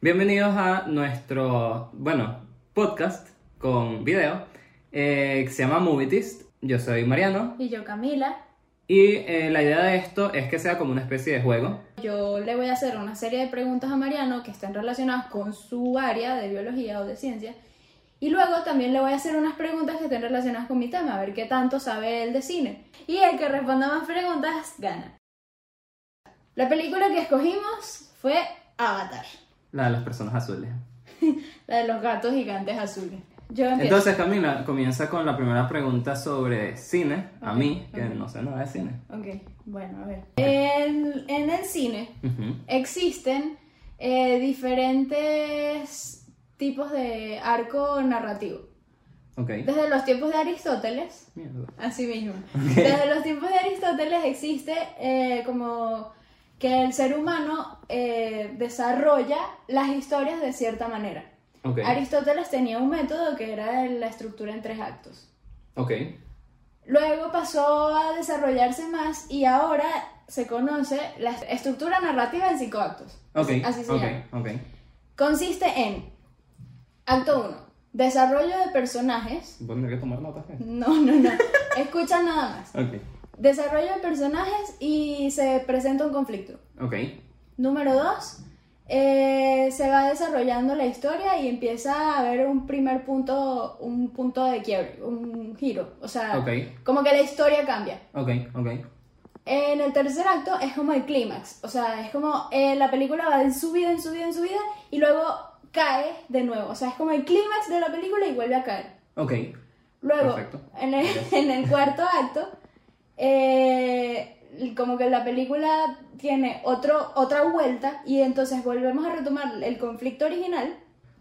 Bienvenidos a nuestro, bueno, podcast con video eh, que se llama Movietist. Yo soy Mariano Y yo, Camila, y eh, la idea de esto es que sea como una especie de juego. yo le voy a hacer una serie de preguntas a Mariano que estén relacionadas con su área de biología o de ciencia. Y luego también le voy a hacer unas preguntas que estén relacionadas con mi tema, a ver qué tanto sabe él de cine. Y el que responda más preguntas gana. La película que escogimos fue Avatar, La de las personas azules. la de los gatos gigantes azules. Yo empiezo. Entonces, Camila, comienza con la primera pregunta sobre cine, a mí, que no sé nada de cine. Ok, bueno, a ver. En- en el cine, Ujú. existen eh, diferentes tipos de arco narrativo. Ok. Desde los tiempos de Aristóteles, Mierda. así mismo. Desde los tiempos de Aristóteles existe eh, como que el ser humano eh, desarrolla las historias de cierta manera. Ok. Aristóteles tenía un método que era la estructura en tres actos. Ok. Luego pasó a desarrollarse más y ahora se conoce la estructura narrativa en cinco actos. Ok. Así se ok. llama. Ok. Consiste en acto 1, desarrollo de personajes. Voy a tener que tomar notas. ¿eh? No, no, no. Escucha nada más. Ok. Desarrollo de personajes y se presenta un conflicto. Ok. Número 2, se va desarrollando la historia y empieza a haber un primer punto, un punto de quiebre, un giro. O sea, Ok. como que la historia cambia. Ok. Ok. En el tercer acto es como el clímax, o sea, es como eh, la película va en subida, en subida, en subida y luego cae de nuevo, o sea, es como el clímax de la película y vuelve a caer. Ok. Luego, Perfecto. en el, en el cuarto acto, eh, como que la película tiene otro, otra vuelta y entonces volvemos a retomar el conflicto original,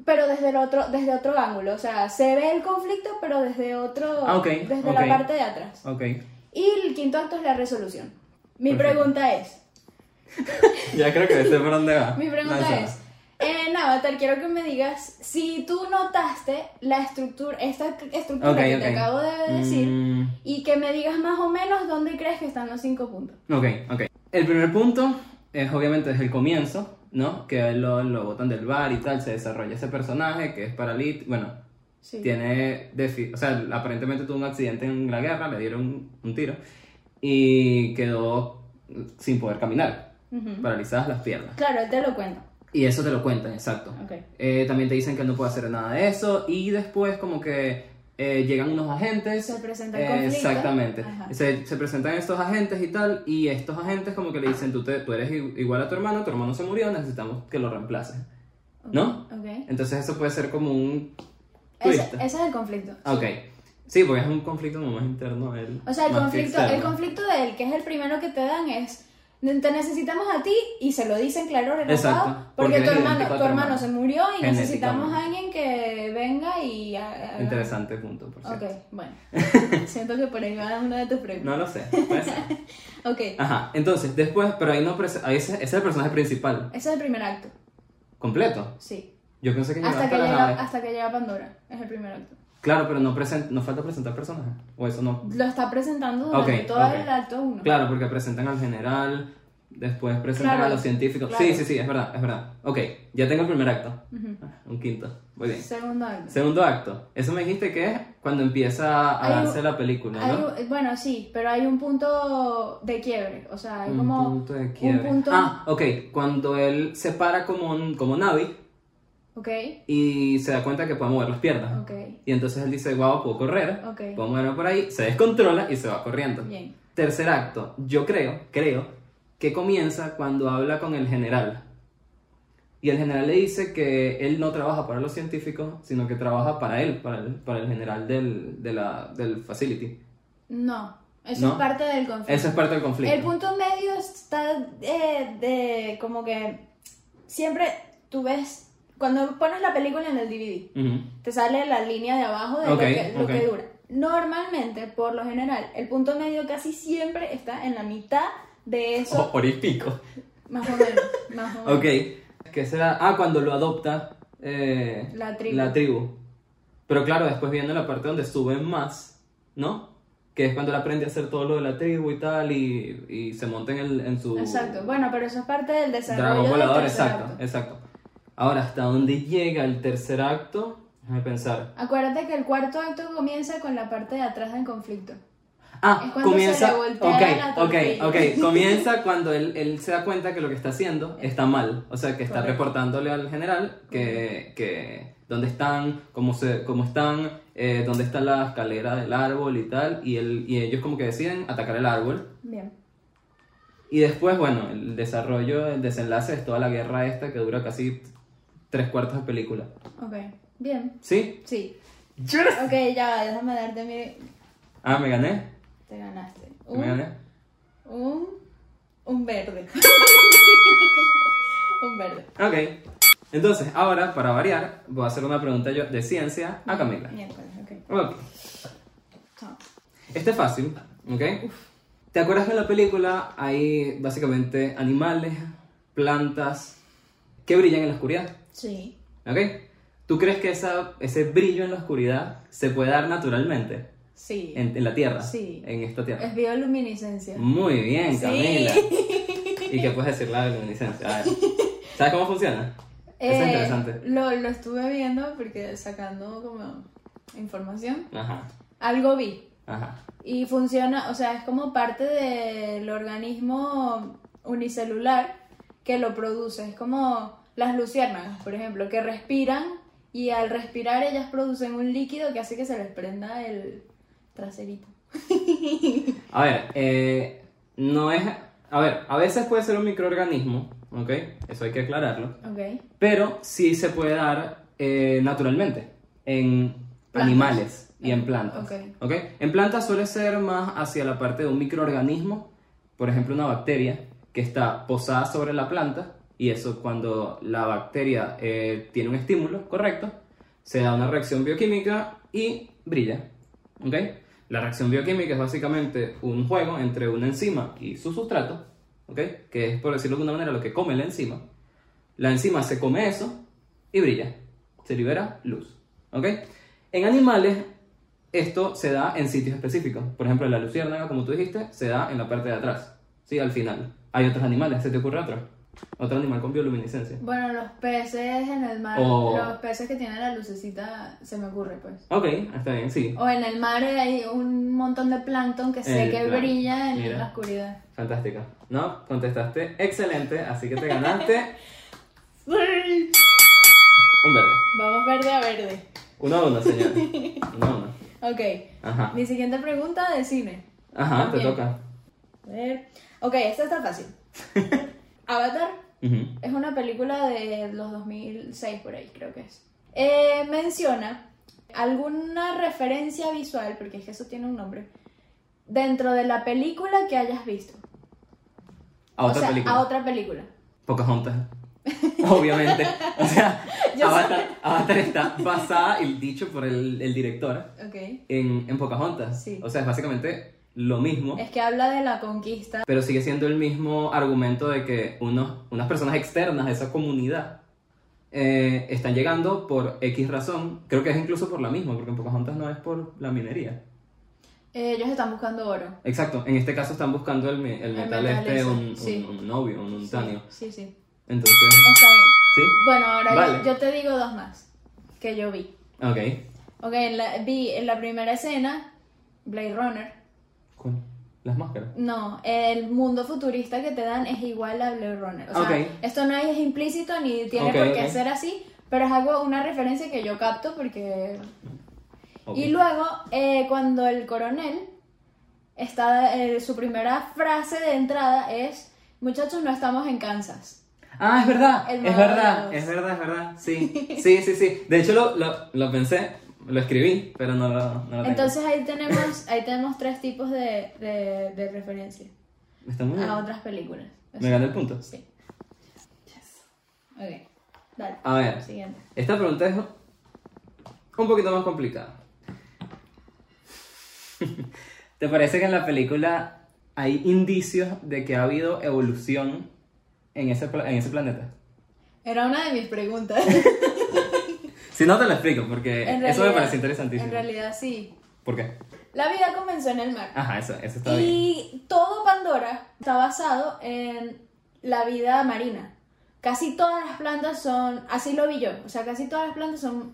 pero desde, el otro, desde otro ángulo, o sea, se ve el conflicto pero desde, otro, Ah, ok, desde ok. la parte de atrás. Ok. Y el quinto acto es la resolución. Mi Perfecto. pregunta es, Ya creo que sé por dónde va. mi pregunta Lánzala. es, en Avatar quiero que me digas si tú notaste la estructura, esta c- estructura Ok, que ok. te acabo de decir Mm, y que me digas más o menos dónde crees que están los cinco puntos. ok, ok. El primer punto es obviamente desde el comienzo, ¿no? Que a él lo, lo botan del bar y tal, se desarrolla ese personaje que es paralítico. Bueno, Sí. tiene. defi- O sea, aparentemente tuvo un accidente en la guerra, le dieron un, un tiro y quedó sin poder caminar, Ujú. paralizadas las piernas. Claro, él te lo cuento. Y eso te lo cuentan, exacto. Ok. Eh, también te dicen que él no puede hacer nada de eso y después como que eh, llegan unos agentes. Se presenta el conflicto. Exactamente. Ajá. Se, se presentan estos agentes y tal y estos agentes como que le dicen tú, te- tú eres i- igual a tu hermano, tu hermano se murió, necesitamos que lo reemplaces. ¿No? Ok. Entonces eso puede ser como un... Ese, Twist. ese es el conflicto. Ok. Sí, porque es un conflicto como más interno de él. O sea, el más que conflicto, el externo. conflicto de él, que es el primero que te dan, es te necesitamos a ti y se lo dicen claro Exacto, relajado porque porque, eres tu idéntico hermano a tu tu hermano. hermano se murió y Genéticamente. necesitamos a alguien que venga y ha- haga- Interesante punto, por Ok, cierto. bueno. Siento que por ahí va una de tus preguntas. No lo sé. puede ser. Ok, ese Ajá. Entonces, después, pero ahí no... prese- ahí Ese ese es el personaje principal. es el primer acto. Completo. Sí. Yo pensé que llegaba Hasta que, hasta la llega, nave. hasta que llega Pandora. Es el primer acto. Claro, pero no, presen- no falta presentar personajes. O eso no. Lo está presentando durante Ok, todo ok. el acto 1. Claro, porque presentan al general, después presentan Claro, a los científicos. claro. Sí, sí, sí, es verdad, es verdad. Ok, ya tengo el primer acto. Ah, Un quinto. Muy bien. Segundo acto. Segundo acto. Eso me dijiste que es cuando empieza a Hay un- darse la película, Hay ¿no? un- bueno, sí, pero hay un punto de quiebre. O sea, hay como. un punto de quiebre. punto- Ah, ok. Cuando él se para como, un- como Navi Ok, y se da cuenta que puede mover las piernas. ok, Y entonces él dice, guau, puedo correr, Ok. puedo moverme por ahí, se descontrola y se va corriendo. bien. Tercer acto, yo creo, creo, que comienza cuando habla con el general. Y el general le dice que él no trabaja para los científicos, sino que trabaja para él, para el, para el general del, de la- del facility. No, eso No. es parte del conflicto. Eso es parte del conflicto. El punto medio está eh, de como que siempre tú ves, cuando pones la película en el DVD, Ujú. te sale la línea de abajo de Ok, lo, que, lo ok. que dura. Normalmente, por lo general, el punto medio casi siempre está en la mitad de eso, O- Oripico. más o menos. Más o menos. Oh. Ok. ¿Qué será? Ah, cuando lo adopta eh, La tribu. tribu. Pero claro, después viene la parte donde suben más, ¿no? Que es cuando él aprende a hacer todo lo de la tribu y tal, y, y se monta en, el- en su... Exacto, bueno, pero eso es parte del desarrollo. Dragón del volador, tercer exacto, acto. exacto. Ahora, ¿hasta dónde llega el tercer acto? Déjame pensar. Acuérdate que el cuarto acto comienza con la parte de atrás del conflicto. Ah, Es cuando se comienza. le voltea Ok, la ok, tortilla. ok. Comienza cuando él, él se da cuenta que lo que está haciendo está mal. O sea, que está Correcto. reportándole al general que, que dónde están, cómo, se, cómo están, eh, dónde está la escalera del árbol y tal. Y, él, y ellos, como que deciden atacar el árbol. Bien. Y después, bueno, el desarrollo, el desenlace es toda la guerra esta que dura casi tres cuartos de película. Ok. Bien. ¿Sí? Sí. ¡Yes! Ok, ya va, déjame darte mi... Ah, me gané. Te ganaste. Me Un, gané. un, un verde. un verde. Ok. Entonces, ahora, para variar, voy a hacer una pregunta yo de ciencia a Ah, Camila. Miércoles, ok. Ok. Chao. Este es fácil, ¿ok? ¿Te acuerdas que en la película hay básicamente animales, plantas que brillan en la oscuridad? Sí. ¿Ok? ¿Tú crees que esa, ese brillo en la oscuridad se puede dar naturalmente Sí. en, en la Tierra? Sí. En esta Tierra. Es bioluminiscencia. Muy bien, Sí. Camila. ¿Y qué puedes decir la bioluminiscencia? A ver. ¿Sabes cómo funciona? Eso Eh, es interesante. Lo, lo estuve viendo porque sacando como información. Ajá, Algo vi. ajá. Y funciona, o sea, es como parte del organismo unicelular que lo produce. Es como las luciérnagas, por ejemplo, que respiran y al respirar ellas producen un líquido que hace que se les prenda el traserito. A ver, eh, no es... A ver, a veces puede ser un microorganismo, ¿ok? Eso hay que aclararlo. Ok. Pero sí se puede dar eh, naturalmente en Plantas. animales y en plantas. Ok. ¿ok? En plantas suele ser más hacia la parte de un microorganismo, por ejemplo una bacteria que está posada sobre la planta y eso cuando la bacteria eh, tiene un estímulo correcto, se da una reacción bioquímica y brilla. ¿ok? La reacción bioquímica es básicamente un juego entre una enzima y su sustrato, ¿ok? que es por decirlo de alguna manera lo que come la enzima. La enzima se come eso y brilla. Se libera luz. ¿Ok? En animales, esto se da en sitios específicos. Por ejemplo, la luciérnaga, como tú dijiste, se da en la parte de atrás. ¿Sí? Al final. Hay otros animales. ¿Se te ocurre otro? Otro animal con bioluminiscencia. Bueno, los peces en el mar, O- los peces que tienen la lucecita, se me ocurre pues. Ok, está bien, sí. O en el mar hay un montón de plancton que sé El que plancton, brilla en mira. la oscuridad. Fantástica. ¿No? Contestaste excelente, así que te ganaste un verde. Vamos verde a verde. Uno a uno, señor. Uno a uno. Ok. Ajá. Mi siguiente pregunta de cine. Ajá, te También. toca. A ver. Ok, esta está fácil. Avatar Ujú. es una película de los 2006 por ahí, creo que es. Eh, menciona alguna referencia visual, porque es que eso tiene un nombre, dentro de la película que hayas visto. A otra o sea, película. a otra película. Pocahontas. Obviamente. O sea, Yo Avatar, Avatar está basada, y dicho por el, el director, Ok. en, en Pocahontas. Sí. O sea, es básicamente lo mismo, Es que habla de la conquista. pero sigue siendo el mismo argumento de que unos, unas personas externas de esa comunidad eh, están llegando por X razón. Creo que es incluso por la misma, porque en Pocahontas no es por la minería. Eh, ellos están buscando oro. Exacto, en este caso están buscando el, me- el El metal metal este, ese, un, un- sí. un novio, un Sí, untanio. sí, sí. Entonces, Está bien. ¿sí? Bueno, ahora Vale. yo- yo te digo dos más que yo vi. Ok. Ok, en la- vi en la primera escena Blade Runner. Con las máscaras. No, el mundo futurista que te dan es igual a Blade Runner. O sea, Ok. esto no es implícito ni tiene Ok, por qué ok. ser así, pero es algo, una referencia que yo capto porque... Ok. Y luego, eh, cuando el coronel está, eh, su primera frase de entrada es, muchachos, no estamos en Kansas. Ah, es verdad, El es mago de verdad, Oz. es verdad, es verdad. Sí, sí, sí, sí. De hecho, lo, lo, lo pensé, lo escribí, pero no lo, no lo tengo. Entonces ahí tenemos, ahí tenemos tres tipos de, de, de referencia Está muy bien. a otras películas. O Me sea, gané el punto. Sí. Ok, dale. A ver, Siguiente. esta pregunta es un poquito más complicada. ¿Te parece que en la película hay indicios de que ha habido evolución en ese, pla- en ese planeta? Era una de mis preguntas. Si no, te lo explico, porque En eso me realidad- parece En interesantísimo. realidad sí. ¿Por qué? La vida comenzó en el mar. Ajá, eso, eso está bien. Y todo Pandora está basado en la vida marina. casi todas las plantas son, así lo vi yo, o sea, casi todas las plantas son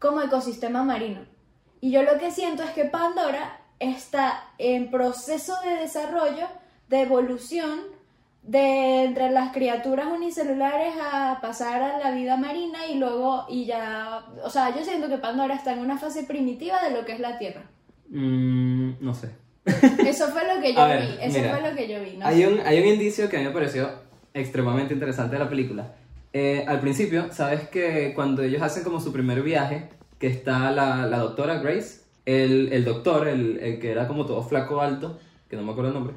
como ecosistema marino. Y yo lo que siento es que Pandora está en proceso de desarrollo, de evolución, de entre las criaturas unicelulares a pasar a la vida marina y luego, y ya, o sea, yo siento que Pandora está en una fase primitiva de lo que es la Tierra. Mm, no sé. Eso fue lo que yo A ver, vi, eso mira, fue lo que yo vi, ¿no? Hay un, hay un indicio que a mí me pareció extremadamente interesante de la película. Eh, al principio, sabes que cuando ellos hacen como su primer viaje, que está la, la doctora Grace, el, el doctor, el, el que era como todo flaco alto, que no me acuerdo el nombre,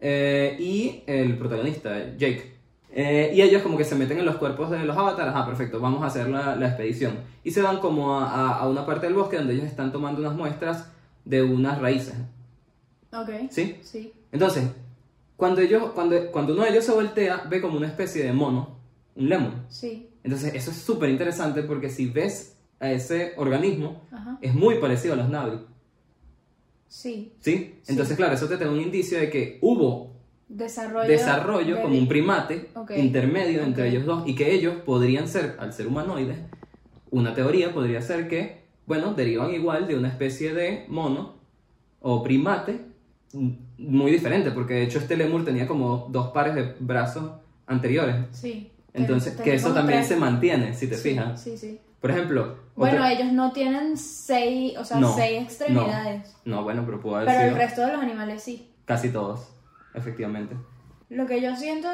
eh, y el protagonista, eh, Jake. Eh, y ellos como que se meten en los cuerpos de los avatares, ah, perfecto, vamos a hacer la, la expedición. Y se van como a- a- a una parte del bosque donde ellos están tomando unas muestras de unas raíces, Ok. ¿sí? Sí. Entonces, cuando, ellos, cuando, cuando uno de ellos se voltea, ve como una especie de mono, un lemur. Sí. Entonces, eso es súper interesante porque si ves a ese organismo, Ajá. es muy parecido a los Navi. Sí. ¿Sí? Entonces, claro, eso te da un indicio de que hubo Desarrollo. desarrollo de- como un primate Ok. intermedio entre Ok. ellos dos y que ellos podrían ser, al ser humanoides, una teoría podría ser que, bueno, derivan igual de una especie de mono o primate m- muy diferente, porque de hecho este lemur tenía como dos pares de brazos anteriores. Sí. Pero Entonces, que tenemos eso también tres. se mantiene, si te Sí, fijas. Sí, sí. Por ejemplo, Bueno, otra- ellos no tienen seis, o sea, No, seis no. extremidades. no, bueno, pero pudo haber Pero el sido resto de los animales sí. casi todos, efectivamente. Lo que yo siento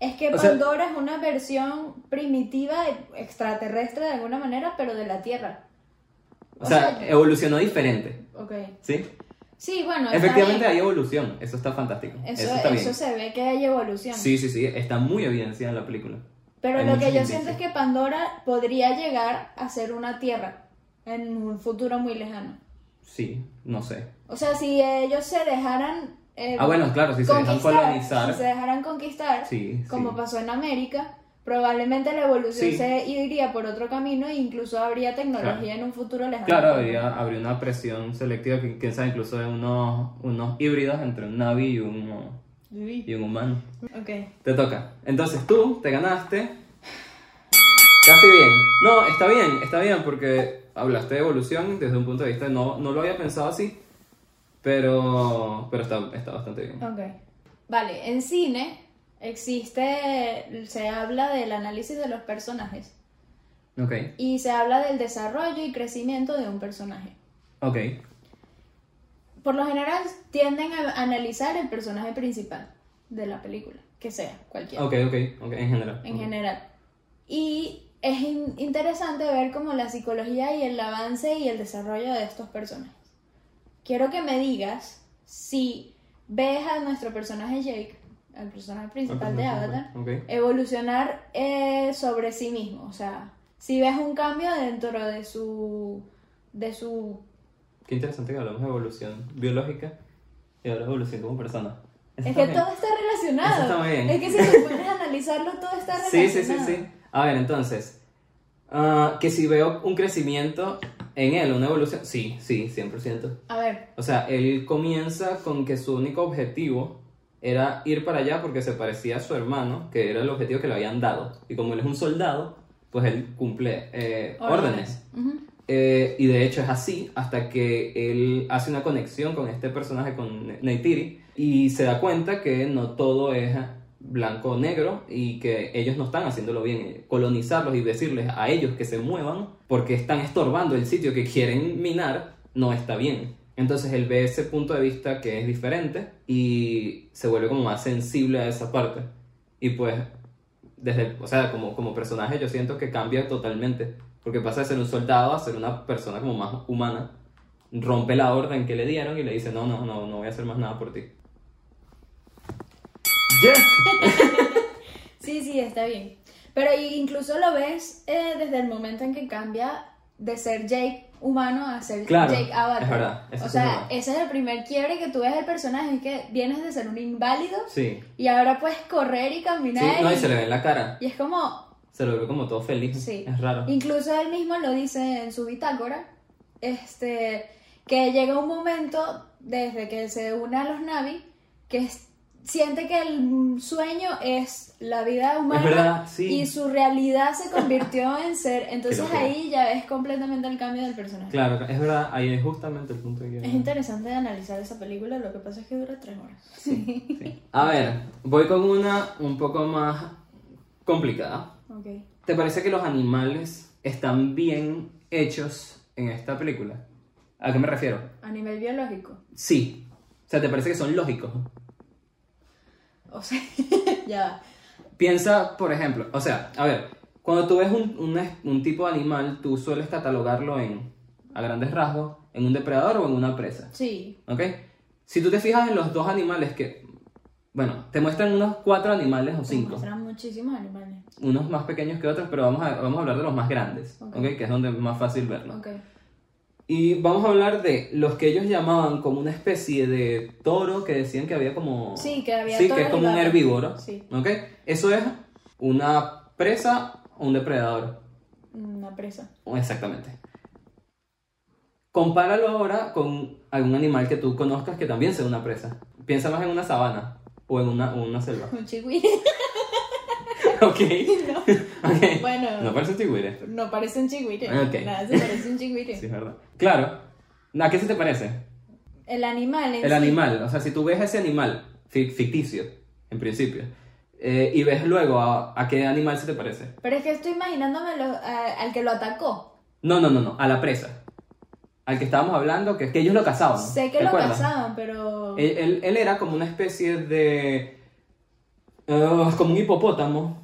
es que O sea- Pandora es una versión primitiva, de- extraterrestre de alguna manera, pero de la Tierra. O, O sea, sea, evolucionó diferente, Ok. ¿sí? Sí, bueno. está Efectivamente bien. hay evolución, eso está fantástico. Eso, Eso, está bien. eso se ve que hay evolución. Sí, sí, sí, está muy evidenciado en la película. Pero Hay lo muchos que yo indicios. siento es que Pandora podría llegar a ser una tierra en un futuro muy lejano. Sí, no sé. O sea, si ellos se dejaran. eh, Ah, bueno, claro, si se dejan conquistar, colonizar. Si se dejaran conquistar, Sí, como sí. pasó en América, probablemente la evolución Sí. se iría por otro camino e incluso habría tecnología Claro. en un futuro lejano. Claro, habría, habría una presión selectiva, que quién sabe, incluso de unos, unos híbridos entre un Navi y un, Uy. y un humano. Ok. Te toca. Entonces tú te ganaste. Casi bien. No, está bien, está bien, porque hablaste de evolución desde un punto de vista, no, no lo había pensado así, pero, pero está, está bastante bien. Ok. Vale, en cine existe. Se habla del análisis de los personajes. Ok, y se habla del desarrollo y crecimiento de un personaje. ok, Por lo general tienden a analizar el personaje principal de la película, que sea cualquiera, ok, ok, ok, en general. en general. Y es in- interesante ver como la psicología y el avance y el desarrollo de estos personajes. Quiero que me digas si ves a nuestro personaje Jake, al personaje principal de Avatar, Ok. evolucionar eh, sobre sí mismo. O sea, si ves un cambio dentro de su. de su. Qué interesante que hablamos de evolución biológica y ahora evolución como persona. Eso Es está que bien. todo está relacionado. Eso está muy bien. Es que si te pones a analizarlo, todo está Sí, relacionado. sí, sí, sí. A ver, entonces, ah, que si veo un crecimiento en él, una evolución, sí, sí, 100%. A ver, O sea, él comienza con que su único objetivo era ir para allá porque se parecía a su hermano, que era el objetivo que le habían dado. Y como él es un soldado, pues él cumple eh, órdenes. Ujú. Eh, y de hecho es así hasta que él hace una conexión con este personaje, con Ne- Neytiri, y se da cuenta que no todo es blanco o negro y que ellos no están haciéndolo bien. eh, Colonizarlos y decirles a ellos que se muevan porque están estorbando el sitio que quieren minar no está bien. Entonces él ve ese punto de vista que es diferente y se vuelve como más sensible a esa parte. Y pues desde, o sea, como, como personaje yo siento que cambia totalmente, porque pasa de ser un soldado a ser una persona como más humana, rompe la orden que le dieron y le dice, no, no, no, no voy a hacer más nada por ti. ¡Yes! Sí, sí, está bien. Pero i- incluso lo ves eh, desde el momento en que cambia de ser Jake humano a ser Claro, Jake Avatar. es verdad, eso o sí sea, es verdad. ese es el primer quiebre que tú ves del personaje, es que vienes de ser un inválido Sí, y ahora puedes correr y caminar. sí, no, y y- se le ve en la cara, Y es como, se lo ve como todo feliz, Sí. es raro. incluso él mismo lo dice en su bitácora, este, que llega un momento desde que se une a los Navi que es- siente que el sueño es la vida humana verdad, sí. y su realidad se convirtió en ser. Entonces locura. ahí ya ves completamente el cambio del personaje. Claro, es verdad, ahí es justamente el punto que... Es interesante de analizar esa película, lo que pasa es que dura tres horas. Sí. A ver, voy con una un poco más complicada. Ok. ¿Te parece que los animales están bien hechos en esta película? ¿A qué me refiero? A nivel biológico. Sí. O sea, ¿te parece que son lógicos? O sea, ya. Piensa, por ejemplo, o sea, a ver, cuando tú ves un, un es- un tipo de animal, tú sueles catalogarlo en, a grandes rasgos, en un depredador o en una presa, Sí. ¿ok? Si tú te fijas en los dos animales que, bueno, te muestran unos cuatro animales o Se cinco, muestran muchísimos animales. unos más pequeños que otros, pero vamos a, vamos a hablar de los más grandes, Ok. ¿ok? Que es donde es más fácil verlo. Ok. Y vamos a hablar de los que ellos llamaban como una especie de toro que decían que había como... Sí, que había Sí, que toros es como y un vacas. herbívoro. Sí. ¿Ok? Eso es una presa o un depredador. Una presa. Exactamente. Compáralo ahora con algún animal que tú conozcas que también sea una presa. Piensa más en una sabana o en una, o una selva. Un chihui. ¿Ok? No. Ok. Bueno. No parece tigüire. No parece un chigüire. Ok. Nada, se parece un chigüire. Sí, es verdad. Claro. ¿A qué se te parece? El animal en El sí. animal, o sea, si tú ves a ese animal fi- ficticio, en principio, eh, y ves luego a, a qué animal se te parece. Pero es que estoy imaginándome lo- a- al que lo atacó. No, no, no, no, a la presa. Al que estábamos hablando, que, que ellos lo cazaban. Sé que Ah, ¿te lo acuerdas? Eh, cazaban, pero. Él, él- él era como una especie de... ah, como un hipopótamo,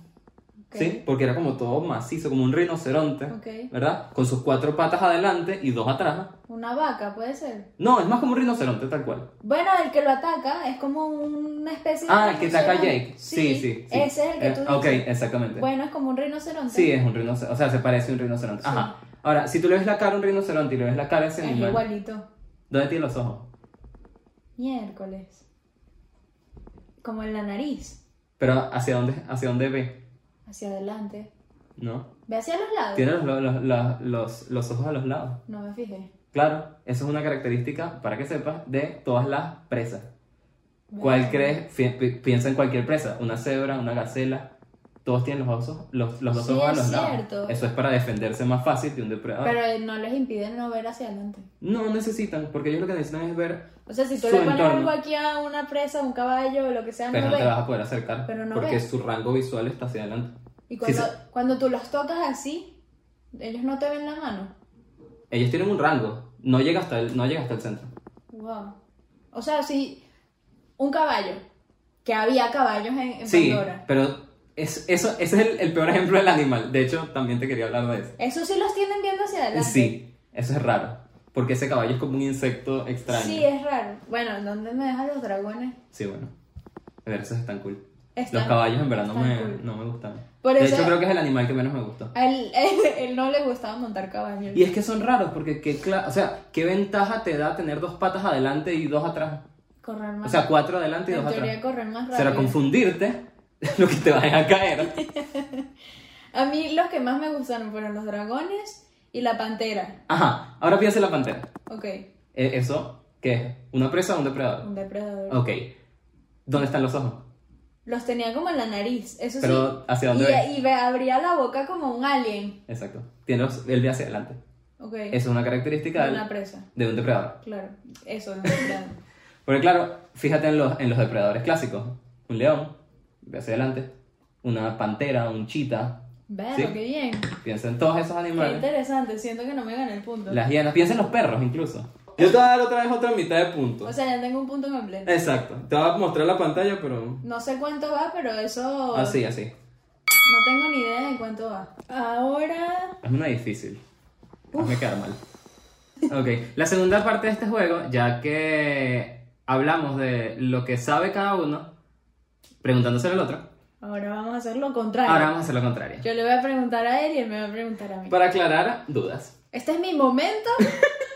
Ok. ¿sí? Porque era como todo macizo, como un rinoceronte, Ok. ¿verdad? Con sus cuatro patas adelante y dos atrás. Una vaca, puede ser. No, es más como un rinoceronte tal cual. Bueno, el que lo ataca es como una especie de. Ah, el que ataca a rinoceronte. Jake. Sí, sí. sí. Ese es el que Eh, tú dices. Ok, exactamente. Bueno, es como un rinoceronte. Sí, es un rinoceronte. O sea, se parece a un rinoceronte. Ajá. Ahora, si tú le ves la cara a un rinoceronte y le ves la cara a ese Es animal, igualito. ¿dónde tiene los ojos? Miércoles. Como en la nariz. Pero ¿hacia dónde, hacia dónde ve? Hacia adelante. ¿No? Ve hacia los lados. Tiene los, los, los, los- los ojos a los lados. No me fijé. Claro, eso es una característica, para que sepas, de todas las presas. ¿Cuál Bueno. crees? Fi- pi- piensa en cualquier presa. Una cebra, una gacela. Todos tienen los, ojos, los, los dos Sí, ojos a es los cierto. lados. Eso es para defenderse más fácil de un depredador. Pero eh, no les impide no ver hacia adelante. No necesitan, porque ellos lo que necesitan es ver O sea, si tú Su le pones entorno. algo aquí a una presa, un caballo o lo que sea, Pero no no te ve. vas a poder acercar Pero no porque ves. su rango visual está hacia adelante. Y cuando, Sí, sí. cuando tú los tocas así, ellos no te ven la mano. Ellos tienen un rango, no llega hasta el, no llega hasta el centro. Wow. O sea, si un caballo, que había caballos en, en Sí, Pandora. pero es, eso, ese es el, el peor ejemplo del animal. De hecho, también te quería hablar de eso. Eso sí los tienen viendo hacia adelante. Sí, eso es raro. Porque ese caballo es como un insecto extraño. Sí, es raro. Bueno, ¿dónde me dejan los dragones? Sí, bueno. A ver, esos están cool. Están- Los caballos en verdad no están me, cool. no me gustan. Por de eso- hecho, creo que es el animal que menos me gusta. A él, él- él no le gustaba montar caballos. Y es que son raros, porque qué, cla- o sea, ¿qué ventaja te da tener dos patas adelante y dos atrás? Correr O más sea, cuatro adelante y En dos atrás. teoría correr más rápido. será confundirte lo que te va a dejar caer. A mí los que más me gustaron fueron los dragones y la pantera. Ajá, ahora piensa en la pantera. Ok, Eh, ¿Eso qué es? ¿Una presa o un depredador? un depredador. Ok. ¿Dónde están los ojos? Los tenía como en la nariz, eso sí. Pero, ¿hacia dónde y, ves? y ve- abría la boca como un alien. Exacto. Tiene los- el de hacia adelante. Ok. Esa es una característica de del- una presa. de un depredador. Claro, eso, de un depredador. Porque claro, fíjate en los, en los depredadores clásicos. Un león, ve hacia adelante. Una pantera, un chita. Bueno, Sí. qué bien. Piensa en todos esos Qué animales. interesante, siento que no me gané el punto. Las hienas. Piensa en los perros incluso. Yo te voy a dar otra vez otra mitad de punto. O sea, ya tengo un punto completo. Exacto. Te voy a mostrar la pantalla, pero... No sé cuánto va, pero eso... Así, así. No tengo ni idea de cuánto va. Ahora... Es una difícil. Me queda mal. Ok, la segunda parte de este juego, ya que hablamos de lo que sabe cada uno, preguntándose al otro, Ahora vamos a hacer lo contrario. ahora vamos a hacer lo contrario. Yo le voy a preguntar a él y él me va a preguntar a mí. Para aclarar dudas. Este es mi momento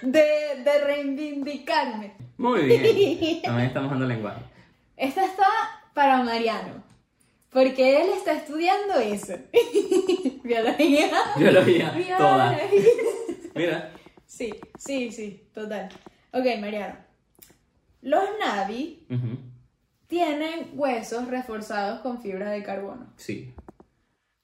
de, de reivindicarme. Muy bien. También estamos dando lenguaje. Esta Este está para Mariano. Porque él está estudiando eso. Biología. Biología, Biología. toda. Mira, Sí, sí, sí, total. Ok, Mariano. Los Navi ujú, tienen huesos reforzados con fibra de carbono. Sí.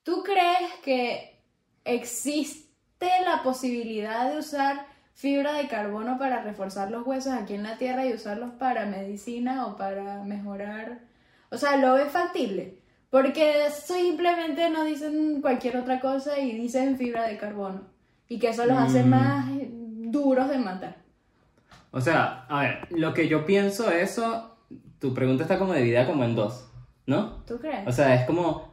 ¿Tú crees que existe la posibilidad de usar fibra de carbono para reforzar los huesos aquí en la Tierra y usarlos para medicina o para mejorar? O sea, ¿lo ves factible? Porque simplemente no dicen cualquier otra cosa y dicen fibra de carbono. Y que eso los hace Mm. más duros de matar. O sea, a ver, lo que yo pienso eso, tu pregunta está como dividida como en dos, ¿no? ¿Tú crees? O sea, es como,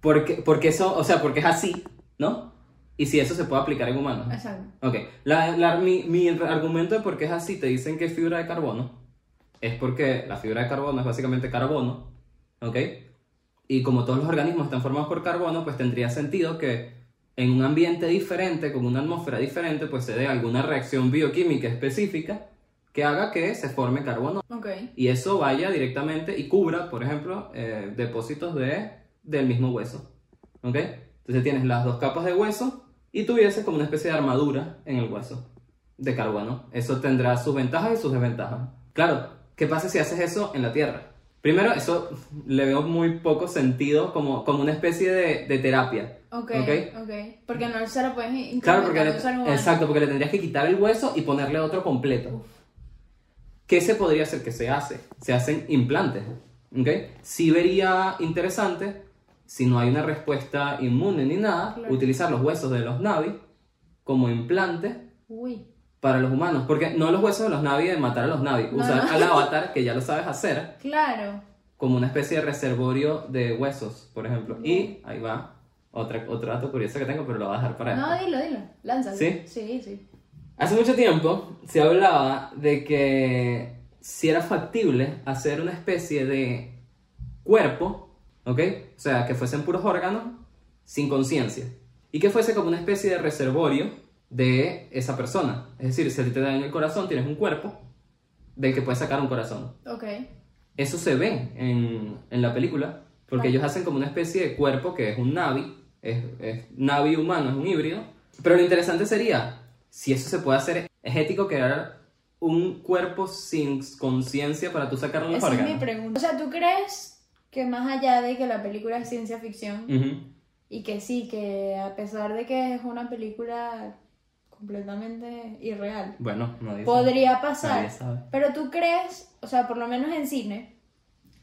¿por qué, por qué eso, o sea, porque es así, ¿no? Y si eso se puede aplicar en humanos. Exacto. Ok, la, la- mi, mi argumento de por qué es así, te dicen que es fibra de carbono, es porque la fibra de carbono es básicamente carbono, ¿ok? Y como todos los organismos están formados por carbono, pues tendría sentido que en un ambiente diferente, con una atmósfera diferente, pues se dé alguna reacción bioquímica específica que haga que se forme carbono Ok. y eso vaya directamente y cubra, por ejemplo, eh, depósitos de, del mismo hueso. ¿Ok? Entonces tienes las dos capas de hueso y tuvieses como una especie de armadura en el hueso de carbono. Eso tendrá sus ventajas y sus desventajas. Claro, ¿qué pasa si haces eso en la Tierra? Primero, eso le veo muy poco sentido como, como una especie de, de terapia. Ok. Ok. Ok. Porque no se lo puedes Claro, incrementar porque le, de un solo modo. exacto, porque le tendrías que quitar el hueso y ponerle otro completo. ¿Qué se podría hacer? ¿Qué se hace? Se hacen implantes. ¿Ok? Sí vería interesante, si no hay una respuesta inmune ni nada, Claro. utilizar los huesos de los Navi como implantes Uy. para los humanos. Porque no los huesos de los Navi de matar a los Navi, No, usar no. al avatar, que ya lo sabes hacer, Claro. como una especie de reservorio de huesos, por ejemplo. Y ahí va otra, otro dato curioso que tengo, pero lo voy a dejar para después. No, dilo, dilo. Lánzalo. Ah. ¿Sí? Sí, sí. Hace mucho tiempo se hablaba de que si era factible hacer una especie de cuerpo, ¿ok? O sea, que fuesen puros órganos sin conciencia. Y que fuese como una especie de reservorio de esa persona. Es decir, si a ti te dan el corazón, tienes un cuerpo del que puedes sacar un corazón. Ok. Eso se ve en, en la película, porque Claro. ellos hacen como una especie de cuerpo que es un Navi, es, es Navi humano, es un híbrido. Pero lo interesante sería, si eso se puede hacer, es ético crear un cuerpo sin conciencia para tú sacar los Esa es mi órganos. pregunta. O sea, ¿tú crees que más allá de que la película es ciencia ficción Ujú. y que sí, que a pesar de que es una película completamente irreal, Bueno, nadie sabe. podría Nadie pasar? sabe. Pero tú crees, o sea, por lo menos en cine,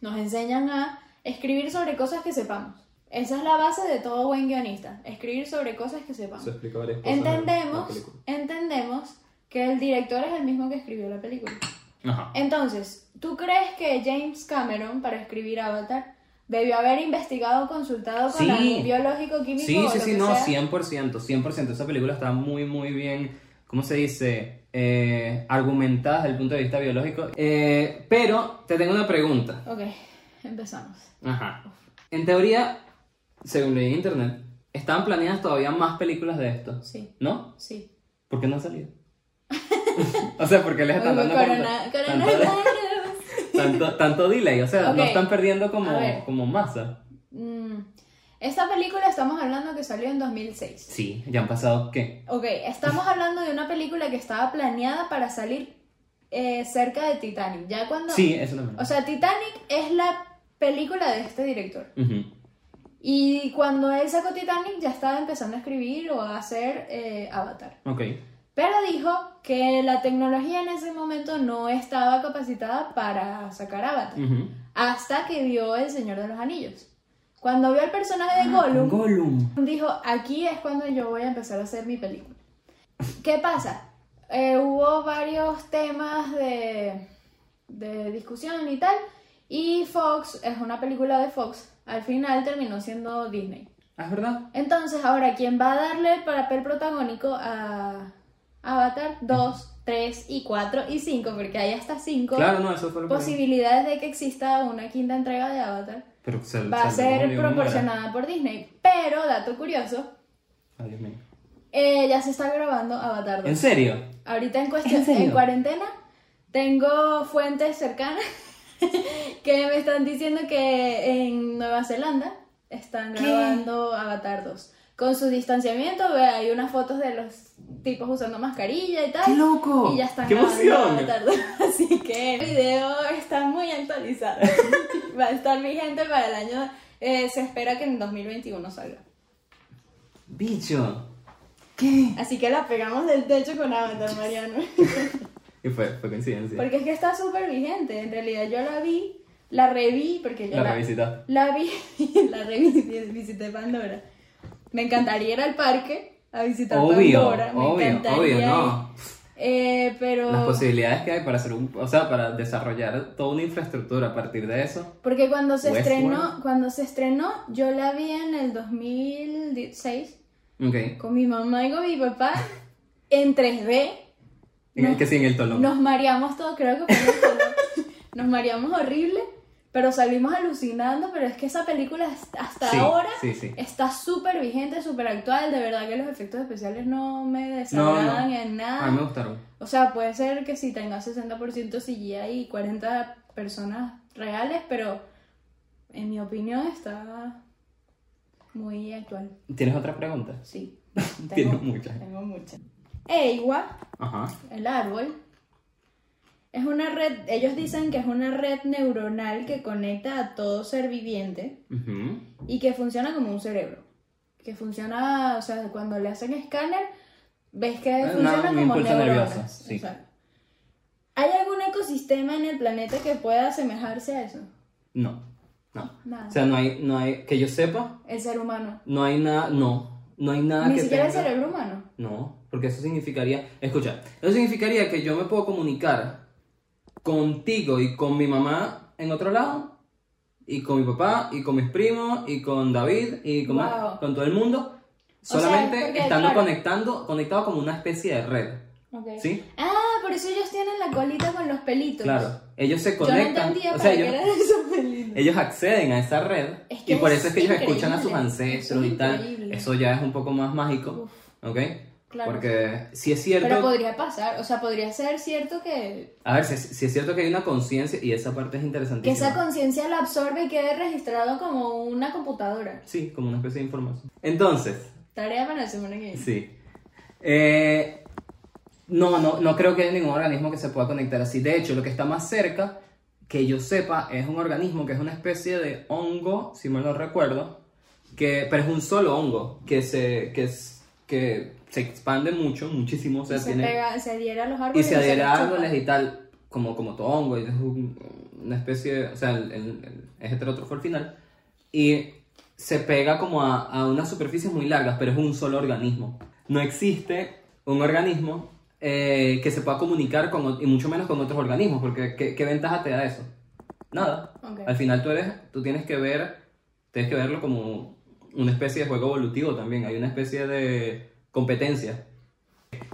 nos enseñan a escribir sobre cosas que sepamos. Esa es la base de todo buen guionista, escribir sobre cosas que sepamos. Eso explica varias cosas de la Entendemos, película. entendemos que el director es el mismo que escribió la película. Ajá. Entonces, ¿tú crees que James Cameron, para escribir Avatar, debió haber investigado, consultado con Sí. algún biológico, químico? Sí, o sí, lo sí, que no, sea? 100%, 100%. Esa película está muy, muy bien, ¿cómo se dice? Eh, argumentada desde el punto de vista biológico. Eh, pero te tengo una pregunta. Ok, empezamos. Ajá. En teoría, según leí en internet, estaban planeadas todavía más películas de esto, Sí, ¿no? sí. ¿Por qué no han salido? o sea, ¿por qué les están Uy, dando como tan- corona- tanto, coronavirus. tanto, tanto delay? O sea, no Ok. están perdiendo como, A ver. como masa. Mm, Esta película estamos hablando que salió en 2006. Sí, ya han pasado, ¿qué? Ok, estamos hablando de una película que estaba planeada para salir eh, cerca de Titanic. Ya cuando... Sí, eso también. O sea, Titanic es la película de este director. Ujú. Y cuando él sacó Titanic ya estaba empezando a escribir o a hacer eh, Avatar. Ok. Pero dijo que la tecnología en ese momento no estaba capacitada para sacar Avatar. Ujú. Hasta que vio El Señor de los Anillos. Cuando vio el personaje de Gollum, Gollum. dijo, aquí es cuando yo voy a empezar a hacer mi película. ¿Qué pasa? Eh, hubo varios temas de, de discusión y tal, y Fox, es una película de Fox, al final terminó siendo Disney. Ah, ¿Es verdad? Entonces, ahora, ¿quién va a darle el papel protagónico a Avatar 2, 3 y 4 y 5? Porque hay hasta 5 Claro, no, eso fue lo que... posibilidades de que exista una quinta entrega de Avatar. Pero se- Va a se- ser Gollum era- proporcionada por Disney. Pero, dato curioso, Ay, Dios mío. eh, ya se está grabando Avatar 2. ¿En serio? Ahorita en cuestión, ¿En ¿En, serio? cuarentena, tengo fuentes cercanas que me están diciendo que en Nueva Zelanda están ¿Qué? grabando Avatar 2. Con su distanciamiento, ve, hay unas fotos de los tipos usando mascarilla y tal. ¡Qué loco! Y ya están ¡Qué grabando emoción! tarde. Así que el video está muy actualizado. Va a estar vigente para el año. eh, se espera que en 2021 salga. Bicho. ¿Qué? Así que la pegamos del techo con Avatar, Mariano. Y fue, fue coincidencia. Porque es que está súper vigente. En realidad yo la vi, la reví, porque yo La revisitaste. La vi, la revisité, visité Pandora. Me encantaría ir al parque a visitar Obvio, Pandora. Me obvio, encantaría obvio, ir. no. Eh, pero... Las posibilidades que hay para hacer un, o sea, para desarrollar toda una infraestructura a partir de eso. Porque cuando se Westworld. estrenó, cuando se estrenó, yo la vi en el 2016 Ok. con mi mamá y con mi papá en 3D. En el que sí, en el tolón. Nos mareamos todos, creo que fue en el color. Nos mareamos horrible, pero salimos alucinando, pero es que esa película es- hasta Sí, ahora sí, sí. está súper vigente, súper actual, de verdad que los efectos especiales no me No, Ah, no. desagradan en nada. A mí me gustaron. O sea, puede ser que si tenga 60% CGI y 40 personas reales, pero en mi opinión está muy actual. ¿Tienes otra pregunta? Sí. Tienes Tengo, muchas. tengo muchas. Eiwa, Ajá. el árbol, es una red, ellos dicen que es una red neuronal que conecta a todo ser viviente Ujú. y que funciona como un cerebro. Que funciona, o sea, cuando le hacen escáner, ves que Una- funciona un como impulso neuronas. nervioso, sí. Exacto. ¿Hay algún ecosistema en el planeta que pueda asemejarse a eso? No. No. Nada. O sea, no hay, no hay, que yo sepa, el ser humano. no hay nada, no. No hay nada Ni que siquiera tenga- el cerebro humano. No, porque eso significaría, escucha, eso significaría que yo me puedo comunicar contigo y con mi mamá en otro lado, y con mi papá, y con mis primos, y con David, y con, Wow. con todo el mundo, sea, solamente porque, estando claro. conectando, conectado como una especie de red. ¿Sí? Ah, por eso ellos tienen la colita con los pelitos. Claro, ellos se Yo no conectan, entendía o para sea, qué ellos, eran esos pelitos. ellos acceden a esa red Es que y por es eso es que ellos escuchan a sus increíble, ancestros es y tal. increíble. Eso ya es un poco más mágico, Uf, ¿ok? claro. Porque si es cierto... Pero podría pasar, o sea, podría ser cierto que, A ver, si, si es cierto que hay una conciencia, y esa parte es que interesantísima. esa conciencia la absorbe y quede registrado como una computadora. Sí, como una especie de información. Entonces, Tarea para la semana que viene. sí. Eh, no, no, no creo que haya ningún organismo que se pueda conectar así. De hecho, lo que está más cerca, que yo sepa, es un organismo que es una especie de hongo, si mal no recuerdo, que, pero es un solo hongo, que se, que, es- que se expande mucho, muchísimo. O sea, Y se, tiene, pega- se adhiera a los Y árboles. se adhiere a los árboles chupa. y tal, como, como todo hongo, y es un- una especie, de- o sea, el, el, el- es heterótrofo al final, y se pega como a, a unas superficies muy largas, pero es un solo organismo. No existe un organismo eh, que se pueda comunicar con, o- y mucho menos con otros organismos, porque ¿qué, qué ventaja te da eso? Nada. Ok. Al final tú, eres, tú tienes que ver, tienes que verlo como una especie de juego evolutivo también, hay una especie de competencia.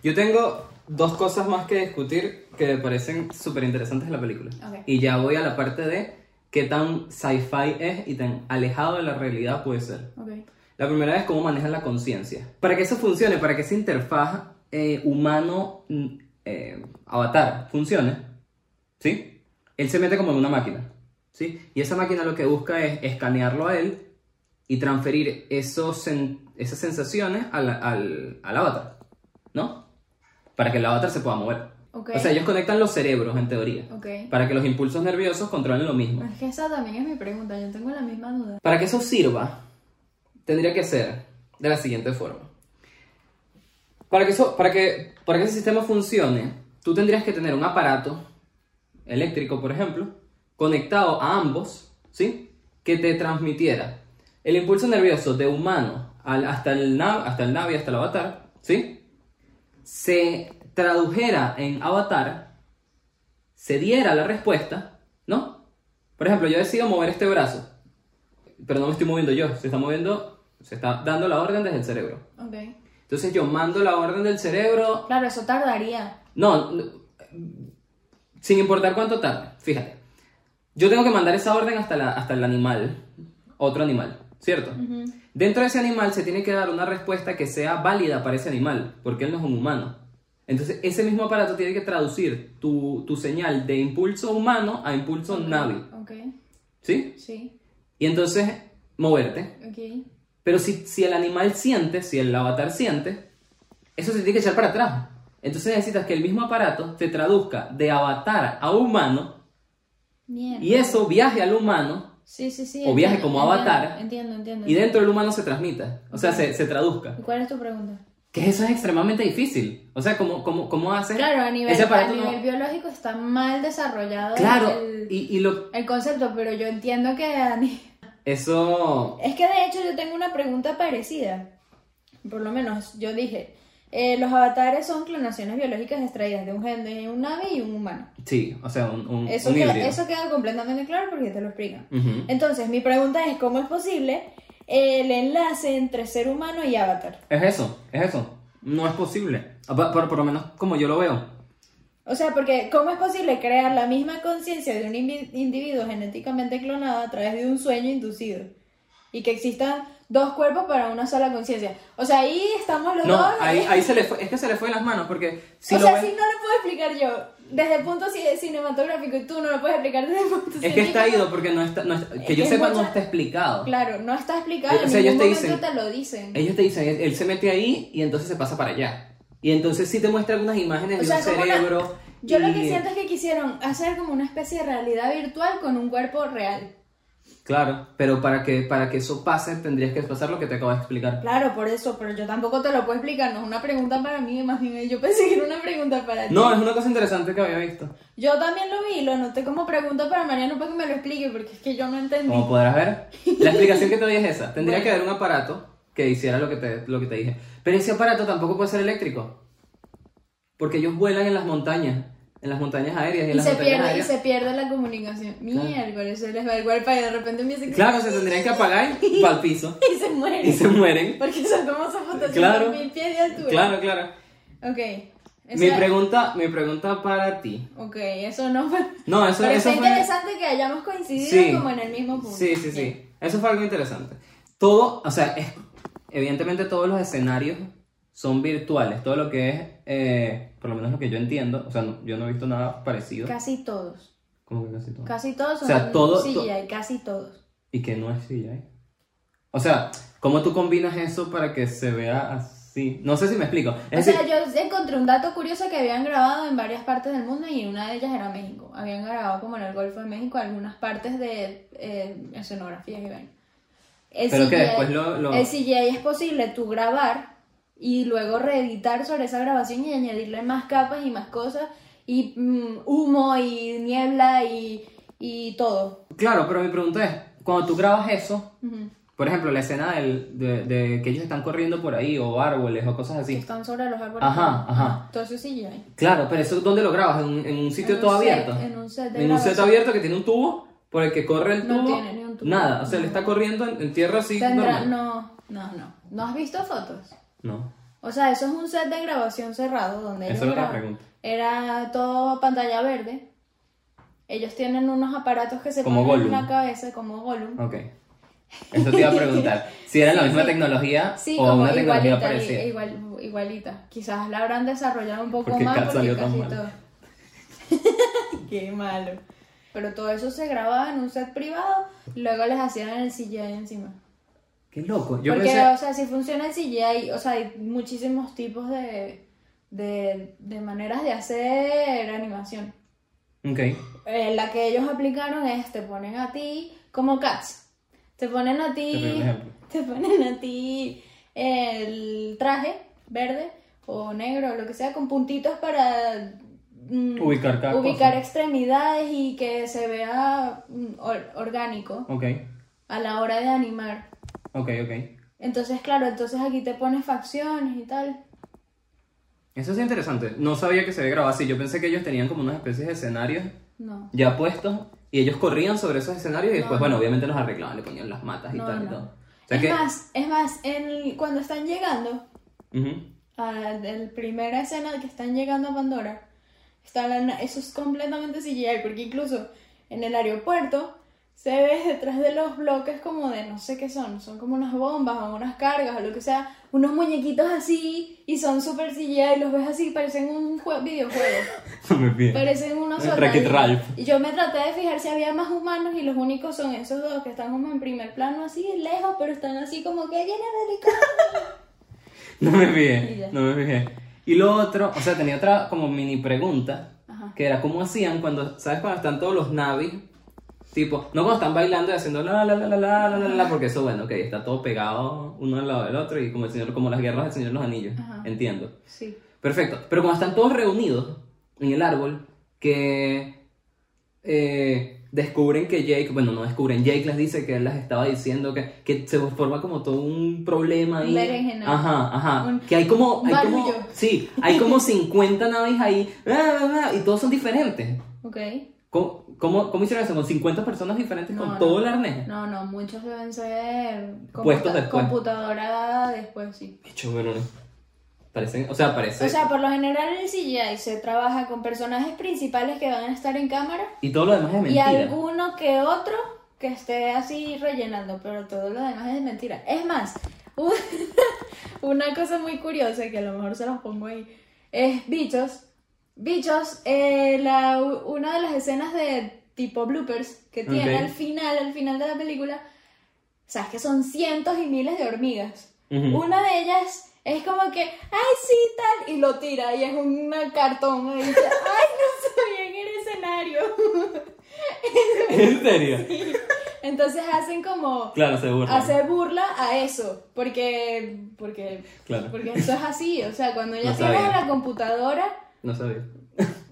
Yo tengo dos cosas más que discutir que me parecen súper interesantes de la película. Ok. Y ya voy a la parte de qué tan sci-fi es y tan alejado de la realidad puede ser. Ok. La primera es cómo manejan la conciencia. Para que eso funcione, para que esa interfaz eh, humano-avatar funcione, ¿sí? Él se mete como en una máquina, ¿sí? Y esa máquina lo que busca es escanearlo a él y transferir esos sen- esas sensaciones al, al- al avatar, ¿no? Para que el avatar se pueda mover. Ok. O sea, ellos conectan los cerebros, en teoría, Ok. para que los impulsos nerviosos controlen lo mismo. Es que esa también es mi pregunta, yo tengo la misma duda. Para que eso sirva, tendría que ser de la siguiente forma. Para que, eso, para que, para que ese sistema funcione, tú tendrías que tener un aparato eléctrico, por ejemplo, conectado a ambos, ¿sí? Que te transmitiera el impulso nervioso de humano al- hasta, el nav, hasta el Navi, hasta el avatar, ¿sí? Se tradujera en avatar, se diera la respuesta, ¿no? Por ejemplo, yo decido mover este brazo, pero no me estoy moviendo yo, se está moviendo, se está dando la orden desde el cerebro. Ok. Entonces yo mando la orden del cerebro, Claro, eso tardaría. no, no, sin importar cuánto tarde, fíjate. Yo tengo que mandar esa orden hasta, la- hasta el animal, otro animal, ¿cierto? Dentro de ese animal se tiene que dar una respuesta que sea válida para ese animal, porque él no es un humano. Entonces ese mismo aparato tiene que traducir tu, tu señal de impulso humano a impulso navi, Ok, ¿sí? sí, Y entonces moverte. ok. Pero si, si el animal siente, si el avatar siente, eso se tiene que echar para atrás. Entonces necesitas que el mismo aparato te traduzca de avatar a humano Mierda. y eso viaje al humano Sí, sí, sí. o viaje entiendo, como entiendo, avatar. Entiendo, entiendo. y dentro del humano se transmita, o sea, se, se traduzca. ¿Y cuál es tu pregunta? Que eso es extremadamente difícil. O sea, ¿cómo, cómo, cómo haces? Claro, a nivel, Ese a aparato no- nivel biológico está mal desarrollado Claro, el, y, y lo, el concepto, pero yo entiendo que a ni- eso... Es que de hecho yo tengo una pregunta parecida. Por lo menos yo dije, eh, los avatares son clonaciones biológicas extraídas de un gen de un ave y un humano. Sí, o sea, un, un, Eso, un queda, híbrido. eso queda completamente claro porque te lo explican. Ujú. Entonces, mi pregunta es, ¿cómo es posible el enlace entre ser humano y avatar? Es eso, es eso. No es posible. Ah, pa- Por, por lo menos como yo lo veo. O sea, porque ¿cómo es posible crear la misma conciencia de un invi- individuo genéticamente clonado a través de un sueño inducido? Y que existan dos cuerpos para una sola conciencia. O sea, ahí estamos los No, dos. ahí, ahí se le fue, es que se le fue de las manos porque si o lo sea, ves- si no lo puedo explicar yo desde el punto ci- cinematográfico y tú no lo puedes explicar desde el punto es que está científico, ido porque no está, no está- que yo Es sepa no mucha- está explicado. Claro, no está explicado. Eh, En o sea, ningún ellos momento te te lo dicen. Ellos te dicen, él, él se mete ahí y entonces se pasa para allá. Y entonces sí te muestra algunas imágenes O de sea, un como una- cerebro. Yo lo y- que siento es que quisieron hacer como una especie de realidad virtual con un cuerpo real. Claro, pero para que, para que eso pase tendrías que pasar lo que te acabo de explicar. Claro, por eso, pero yo tampoco te lo puedo explicar. No es una pregunta para mí, más bien yo pensé que era una pregunta para ti. No, es una cosa interesante que había visto. Yo también lo vi, lo anoté como pregunta para Mariano para que me lo explique, porque es que yo no entendí. Como podrás ver, la explicación que te doy es esa. Tendría que haber un aparato que hiciera lo que, te, lo que te dije. Pero ese aparato tampoco puede ser eléctrico. Porque ellos vuelan en las montañas, en las montañas aéreas y en Y las se, montañas pierde, y aéreas. se pierde la comunicación. Miércoles, se les va el wifi y de repente empieza a- Claro, se tendrían que apagar y va al piso. y se mueren. Y se mueren. Porque son como zapatos Claro. mil pies de altura. Claro, claro. Ok. Eso, Mi pregunta, mi pregunta para ti. ok, eso no fue. No, eso, Pero eso está fue... interesante que hayamos coincidido Sí. como en el mismo punto. Sí, sí, sí. Eso fue algo interesante. Todo, o sea, es- evidentemente todos los escenarios son virtuales. Todo lo que es, eh, por lo menos lo que yo entiendo, o sea, no- yo no he visto nada parecido. Casi todos. Como que casi todo. Casi todos O son sea, todo- CGI, casi todos. Y que no es CGI. O sea, ¿cómo tú combinas eso para que se vea así? No sé si me explico. O Es decir, sea, yo encontré un dato curioso que habían grabado en varias partes del mundo y una de ellas era México. Habían grabado como en el Golfo de México algunas partes de eh, escenografías y vaina. El pero que CGI después lo... lo- El CGI es posible tú grabar y luego reeditar sobre esa grabación y añadirle más capas y más cosas y mm, humo y niebla y, y todo. Claro, pero mi pregunta es, cuando tú grabas eso, Ujú. por ejemplo, la escena del- de, de que ellos están corriendo por ahí, o árboles, o cosas Que así. están sobre los árboles. Ajá, ajá. Todo eso es CGI. Claro, pero eso ¿dónde lo grabas? ¿En, un- en un sitio En un todo set, abierto? en un set de En un set grabación. abierto que tiene un tubo por el que corre el No tubo. tiene ni un tubo. Nada, o sea, le está corriendo en, en tierra así. Tendrá- normal. no, no, no. ¿No has visto fotos? No. O sea, eso es un set de grabación cerrado donde Esa ellos era la graban. pregunta. Era todo pantalla verde. Ellos tienen unos aparatos que se Como ponen en Gollum. la cabeza como Gollum. Ok. Eso te iba a preguntar. Si era la misma tecnología Sí, Ah. o como una tecnología igualita, parecida. i- igual- igualita. Quizás la habrán desarrollado un poco Porque más Kat porque salió tan casi mal. todo. Qué malo. Pero todo eso se grababa en un set privado, y luego les hacían el CGI encima. Qué loco. Yo porque, pensé. o sea, si funciona el CGI, o sea, hay muchísimos tipos de, de, de maneras de hacer animación. Ok. Eh, la que ellos aplicaron es, te ponen a ti como cats. Te ponen a Te doy un ti, ejemplo. te ponen a ti el traje verde o negro o lo que sea con puntitos para mm, Ubicar cada ubicar cosa. extremidades y que se vea mm, or- orgánico Ok. a la hora de animar. Ok, ok. Entonces, claro, entonces aquí te pones facciones y tal. Eso es interesante. No sabía que se había grabado así. Yo pensé que ellos tenían como unas especies de escenarios No. ya puestos y ellos corrían sobre esos escenarios y después, No. bueno, obviamente los arreglaban, le ponían las matas y No, tal y no. todo. O sea es que. más, es más, en el- cuando están llegando, Ujú. a la primera escena que están llegando a Pandora, está la na- eso es completamente CGI, porque incluso en el aeropuerto se ve detrás de los bloques como de no sé qué son, son como unas bombas o unas cargas o lo que sea, unos muñequitos así y son super CGI y los ves así, parecen un jue- videojuego. Muy bien. Parecen unos El Wreck-It soldaditos. Ralph. Y yo me traté de fijar si había más humanos y los únicos son esos dos que están como en primer plano así lejos, pero están así como que llena de No me Y fijé, ya. no me fijé. Y lo otro, o sea, tenía otra como mini pregunta, Ajá. que era cómo hacían cuando, ¿sabes? Cuando están todos los navis, tipo, no cuando están bailando y haciendo la, la, la, la, la, la, la, la, porque eso, bueno, ok, está todo pegado uno al lado del otro y como, el señor, como las guerras del Señor de los Anillos, Ajá. entiendo. Sí. Perfecto. Pero cuando están todos reunidos en el árbol, que eh, descubren que Jake, bueno, no descubren, Jake les dice que él les estaba diciendo que, que se forma como todo un problema ahí. Un berenjenal. Ajá, ajá. Un- que hay como, un hay como, barullo. sí, hay como 50 naves ahí, bla, bla, bla, y todos son diferentes. Ok. ¿Cómo, cómo, cómo hicieron eso? ¿Con 50 personas diferentes No, con no. todo el arnés? No, no, muchos deben ser computa- Puestos después. computadora después, sí. Bicho, bueno, no. Parecen, o sea, parece... O sea, por lo general el CGI se trabaja con personajes principales que van a estar en cámara y todo lo demás es mentira. y alguno que otro que esté así rellenando, pero todo lo demás es mentira. Es más, un- una cosa muy curiosa que a lo mejor se los pongo ahí es bichos. Bichos, eh, la- una de las escenas de tipo bloopers que tiene Ok. al final, al final de la película, sabes que son cientos y miles de hormigas. Ujú. Una de ellas es como que, ay, sí, tal, y lo tira, y es un cartón, y dice, ay, no sabía que era escenario. ¿En serio? Entonces hacen como, Claro, se burlan. hacer burla a eso, porque, porque, Claro. porque eso es así, o sea, cuando ya No tienes sabía. a la computadora, No sabía.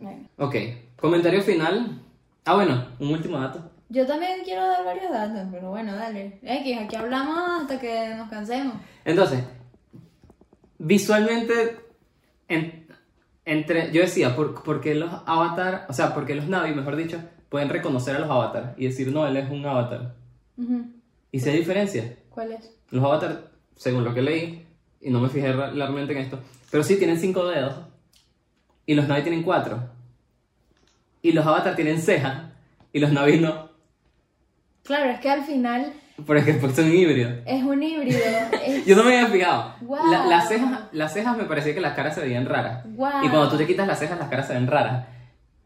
bueno. Ok, comentario final. Ah, bueno, un último dato. Yo también quiero dar varios datos, pero bueno, dale. X, aquí hablamos hasta que nos cansemos. Entonces, visualmente, en- entre, yo decía, ¿por, por qué los avatar, o sea, por qué los Navi, mejor dicho, pueden reconocer a los avatar y decir, no, él es un avatar? Ujú. ¿Y si hay diferencia? ¿Cuál es? Los avatar, según lo que leí, y no me fijé re- realmente en esto, pero sí tienen cinco dedos y los Navi tienen cuatro. Y los avatar tienen cejas y los Navi no, Claro, es que al final porque porque son híbridos. es un híbrido. es- Yo no me había fijado. Wow. La- las, cejas, las cejas me parecía que las caras se veían raras. Wow. Y cuando tú te quitas las cejas, las caras se ven raras.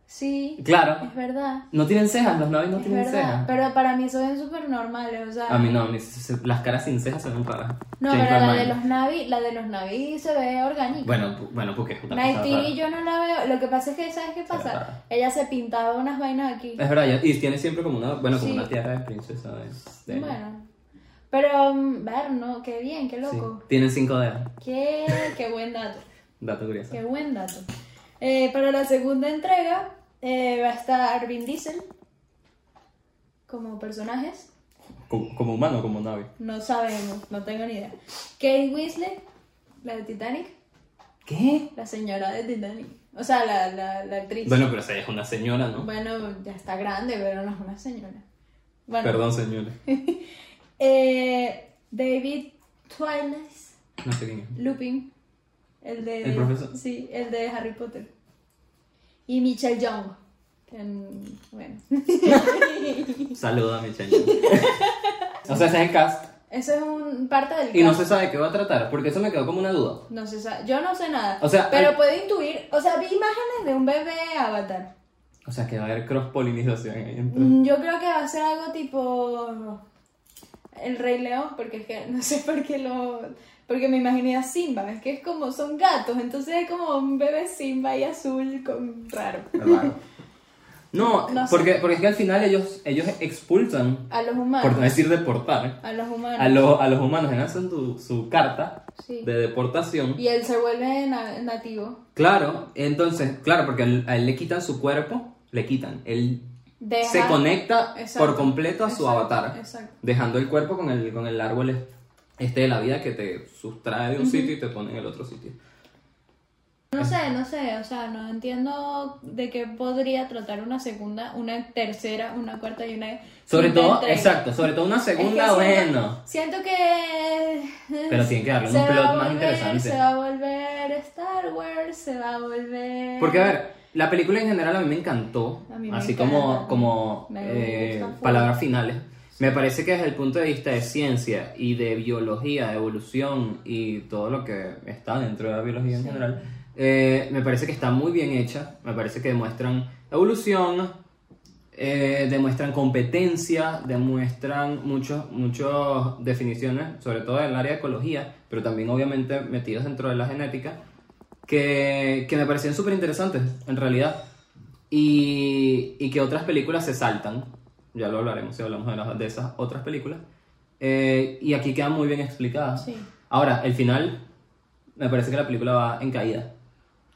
Sí, Claro, es verdad. no tienen cejas, los navis no Es tienen verdad, cejas. pero para mí son súper normales, o sea... A mí no, a mí se- se- las caras sin cejas se ven raras. No, James pero la Cameron. de los Navi, la de los Navi se ve orgánica. Bueno, pu- bueno, porque es una cosa Nightiri rara. yo no la veo, lo que pasa es que, ¿sabes qué Se ve pasa? rara. Ella se pintaba unas vainas aquí. Es verdad, ya- y tiene siempre como una, bueno, como Sí. una tierra de princesa. de- este, de- Bueno, pero, mm, ver, no, qué bien, qué sí. loco. Tienen cinco dedos. Qué, qué buen dato, Dato curioso. qué buen dato. Eh, para la segunda entrega eh, va a estar Vin Diesel como personajes. Como, como humano, como navi. No sabemos, no tengo ni idea. Kate Winslet, la de Titanic, ¿Qué? la señora de Titanic. O sea, la, la, la actriz. Bueno, pero esa es una señora, ¿no? Bueno, ya está grande, pero no es una señora. Bueno, Perdón, señora. eh, David Twilight No sé quién es. Lupin, el de. ¿El profesor? Sí, el de Harry Potter. Y Michelle Young. que, mm, bueno, Saluda, Michelle. o sea, ese es el cast. eso es un parte del Y no cast. se sabe qué va a tratar, porque eso me quedó como una duda. No se sabe- yo no sé nada. O sea, pero hay- puedo intuir, o sea, vi imágenes de un bebé avatar. O sea, que va a haber cross-polinización ahí entre... Mm, Yo creo que va a ser algo tipo el Rey León, porque es que no sé por qué lo... Porque me imaginé a Simba, es que es como, son gatos, entonces es como un bebé Simba y azul con raro. Raro. No, No sé. porque, porque es que al final ellos, ellos expulsan, A los por no humanos. decir deportar, A los humanos. a, los a los humanos, en hacen tu- su carta Sí. de deportación. Y él se vuelve na- nativo. Claro, entonces, claro, porque al- a él le quitan su cuerpo, le quitan. Él Deja- se conecta Exacto. por completo a su Exacto, avatar, exacto. dejando el cuerpo con el, con el árbol este de la vida que te sustrae de un sitio y te pone en el otro sitio. No sé, no sé, o sea, no entiendo de qué podría tratar una segunda, una tercera, una cuarta y una... Sobre quinta todo, entrega. exacto, sobre todo una Es que segunda, siento- bueno. Siento que. Pero tiene que darle un se va plot a más volver- interesante. Se va a volver Star Wars, se va a volver. Porque a ver, La película en general a mí me encantó, A mí me así encanta. como, como Me eh, gusta full. palabras finales. Me parece que desde el punto de vista de ciencia y de biología, de evolución y todo lo que está dentro de la biología en general, eh, me parece que está muy bien hecha, me parece que demuestran evolución, eh, demuestran competencia, demuestran muchos- muchas definiciones, sobre todo en el área de ecología, pero también obviamente metidos dentro de la genética, que, que me parecían súper interesantes, en realidad. Y, y que otras películas se saltan, ya lo hablaremos si hablamos de, las- de esas otras películas, eh, y aquí quedan muy bien explicadas. Sí. Ahora, el final, me parece que la película va en caída.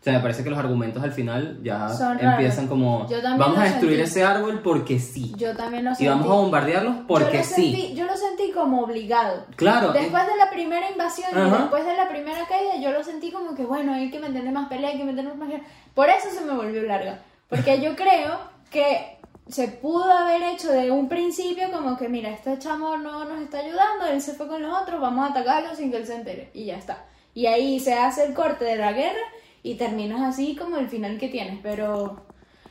O sea, me parece que los argumentos al final ya Son raros. empiezan como, Yo también vamos lo a destruir sentí. ese árbol porque sí. Yo también lo Y sentí. vamos a bombardearlos yo porque lo sí. Sentí, yo lo sentí como obligado. Claro. Después de la primera invasión y Ajá. después de la primera caída, yo lo sentí como que, bueno, hay que mantener más pelea, hay que mantener más guerra. Por eso se me volvió larga. Porque yo creo que se pudo haber hecho de un principio como que, mira, este chamo no nos está ayudando, él se fue con los otros, vamos a atacarlo sin que él se entere. Y ya está. Y ahí se hace el corte de la guerra y terminas así como el final que tienes. Pero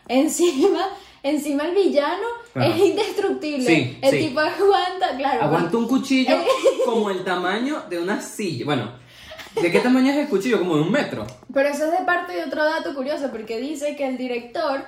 encima, encima el villano Ajá. es indestructible. Sí, el sí. tipo aguanta, claro. Aguanta un cuchillo como el tamaño de una silla. Bueno, ¿de qué tamaño es el cuchillo? Como de un metro. Pero eso es de parte de otro dato curioso, porque dice que el director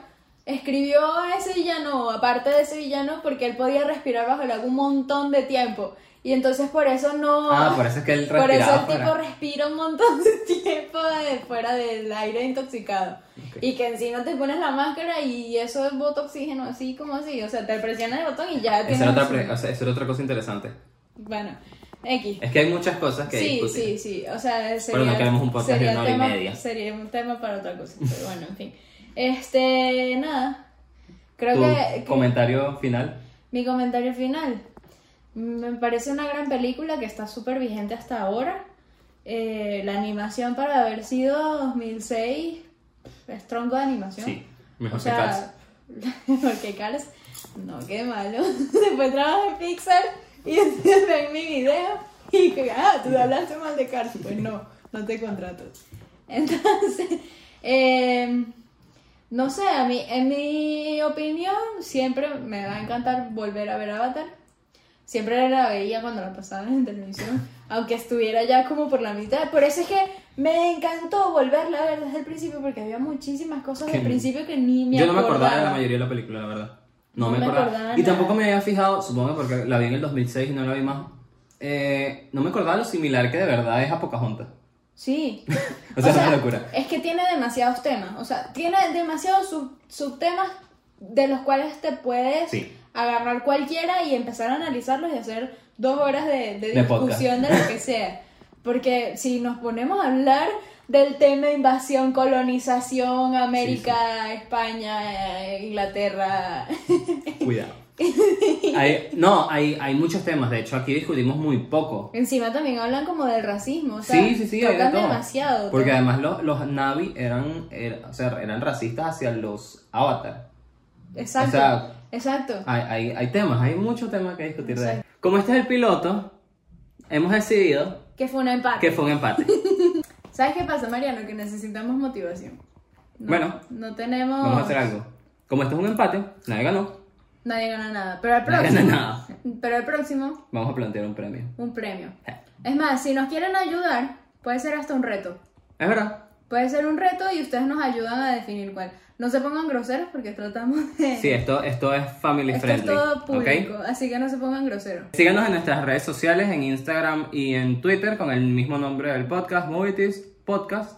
escribió a ese villano, aparte de ese villano, porque él podía respirar bajo el agua un montón de tiempo. Y entonces por eso no... Ah, por eso es que él por eso el respiraba tipo fuera. respira un montón de tiempo de fuera del aire intoxicado. Ok. Y que encima te pones la máscara y eso bota oxígeno así como así. O sea, te presiona el botón y ya tienes... Esa era, otra pre- oxígeno. o sea, esa era otra cosa interesante. Bueno, X. Es que hay muchas cosas que Sí, discutir. sí, sí. O sea, sería, no queremos un podcast de sería una hora y tema, media. Sería un tema para otra cosa. Pero bueno, en fin. Este, nada. Creo Tu que, que comentario final. mi comentario final. Me parece una gran película que está súper vigente hasta ahora. Eh, la animación para haber sido 2006 es tronco de animación. Sí, mejor O sea, porque Cars, no, qué malo. Después trabaja en Pixar y entonces ven mi video y que, ah, tú hablaste mal de Cars. Pues no, no te contrato. Entonces, eh, no sé, a mí, en mi opinión, siempre me va a encantar volver a ver Avatar. Siempre la veía cuando la pasaban en televisión, aunque estuviera ya como por la mitad. Por eso es que me encantó volverla a ver desde el principio, porque había muchísimas cosas Que del ni- principio que ni me Yo no me acordaba acordaba. de la mayoría de la película, la verdad. No, No me, me acordaba. acordaba Y nada. tampoco me había fijado, supongo porque la vi en el 2006 y no la vi más. Eh, no me acordaba lo similar que de verdad es a Pocahontas. Sí. O sea, es una locura. Es que tiene demasiados temas. O sea, tiene demasiados sub- subtemas de los cuales te puedes Sí. agarrar cualquiera y empezar a analizarlos y hacer dos horas de, de De podcast. discusión de lo que sea. Porque si nos ponemos a hablar del tema invasión, colonización, América, España, eh, Inglaterra. Cuidado. Hay- no, hay, hay muchos temas. De hecho, aquí discutimos muy poco. Encima también hablan como del racismo. O sea, sí, sí, sí. hay de Tocan todo. demasiado. Porque además los, los Navi eran, era- o sea, eran racistas hacia los Avatar. Exacto. o sea, exacto. Hay, hay, hay temas, hay muchos temas que discutir de Exacto. esto. Como este es el piloto, hemos decidido Que fue un empate. que fue un empate. ¿Sabes qué pasa, Mariano? Que necesitamos motivación. No- Bueno. No tenemos... Vamos a hacer algo. Como esto es un empate, nadie ganó, Nadie gana nada. Pero el nadie próximo... gana nada. Eh. Pero el próximo, Vamos a plantear un premio. un premio. Ja. Es más, si nos quieren ayudar, puede ser hasta un reto. Es verdad. Puede ser un reto y ustedes nos ayudan a definir cuál. No se pongan groseros porque tratamos de... Sí, esto, esto es family Esto es friendly. todo ¿ok? público, así que no se pongan groseros. Síganos en nuestras redes sociales, en Instagram y en Twitter con el mismo nombre del podcast, Movietist Podcast.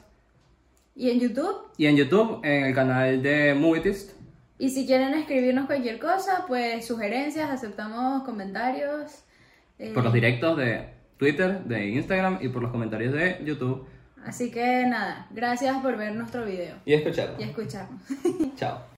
Y en YouTube, Y en YouTube, en el canal de Movietist. y si quieren escribirnos cualquier cosa, pues sugerencias, aceptamos comentarios. eh, Por los directos de Twitter, de Instagram y por los comentarios de YouTube. Así que nada, gracias por ver nuestro video Y escucharnos. y escucharnos. Chao.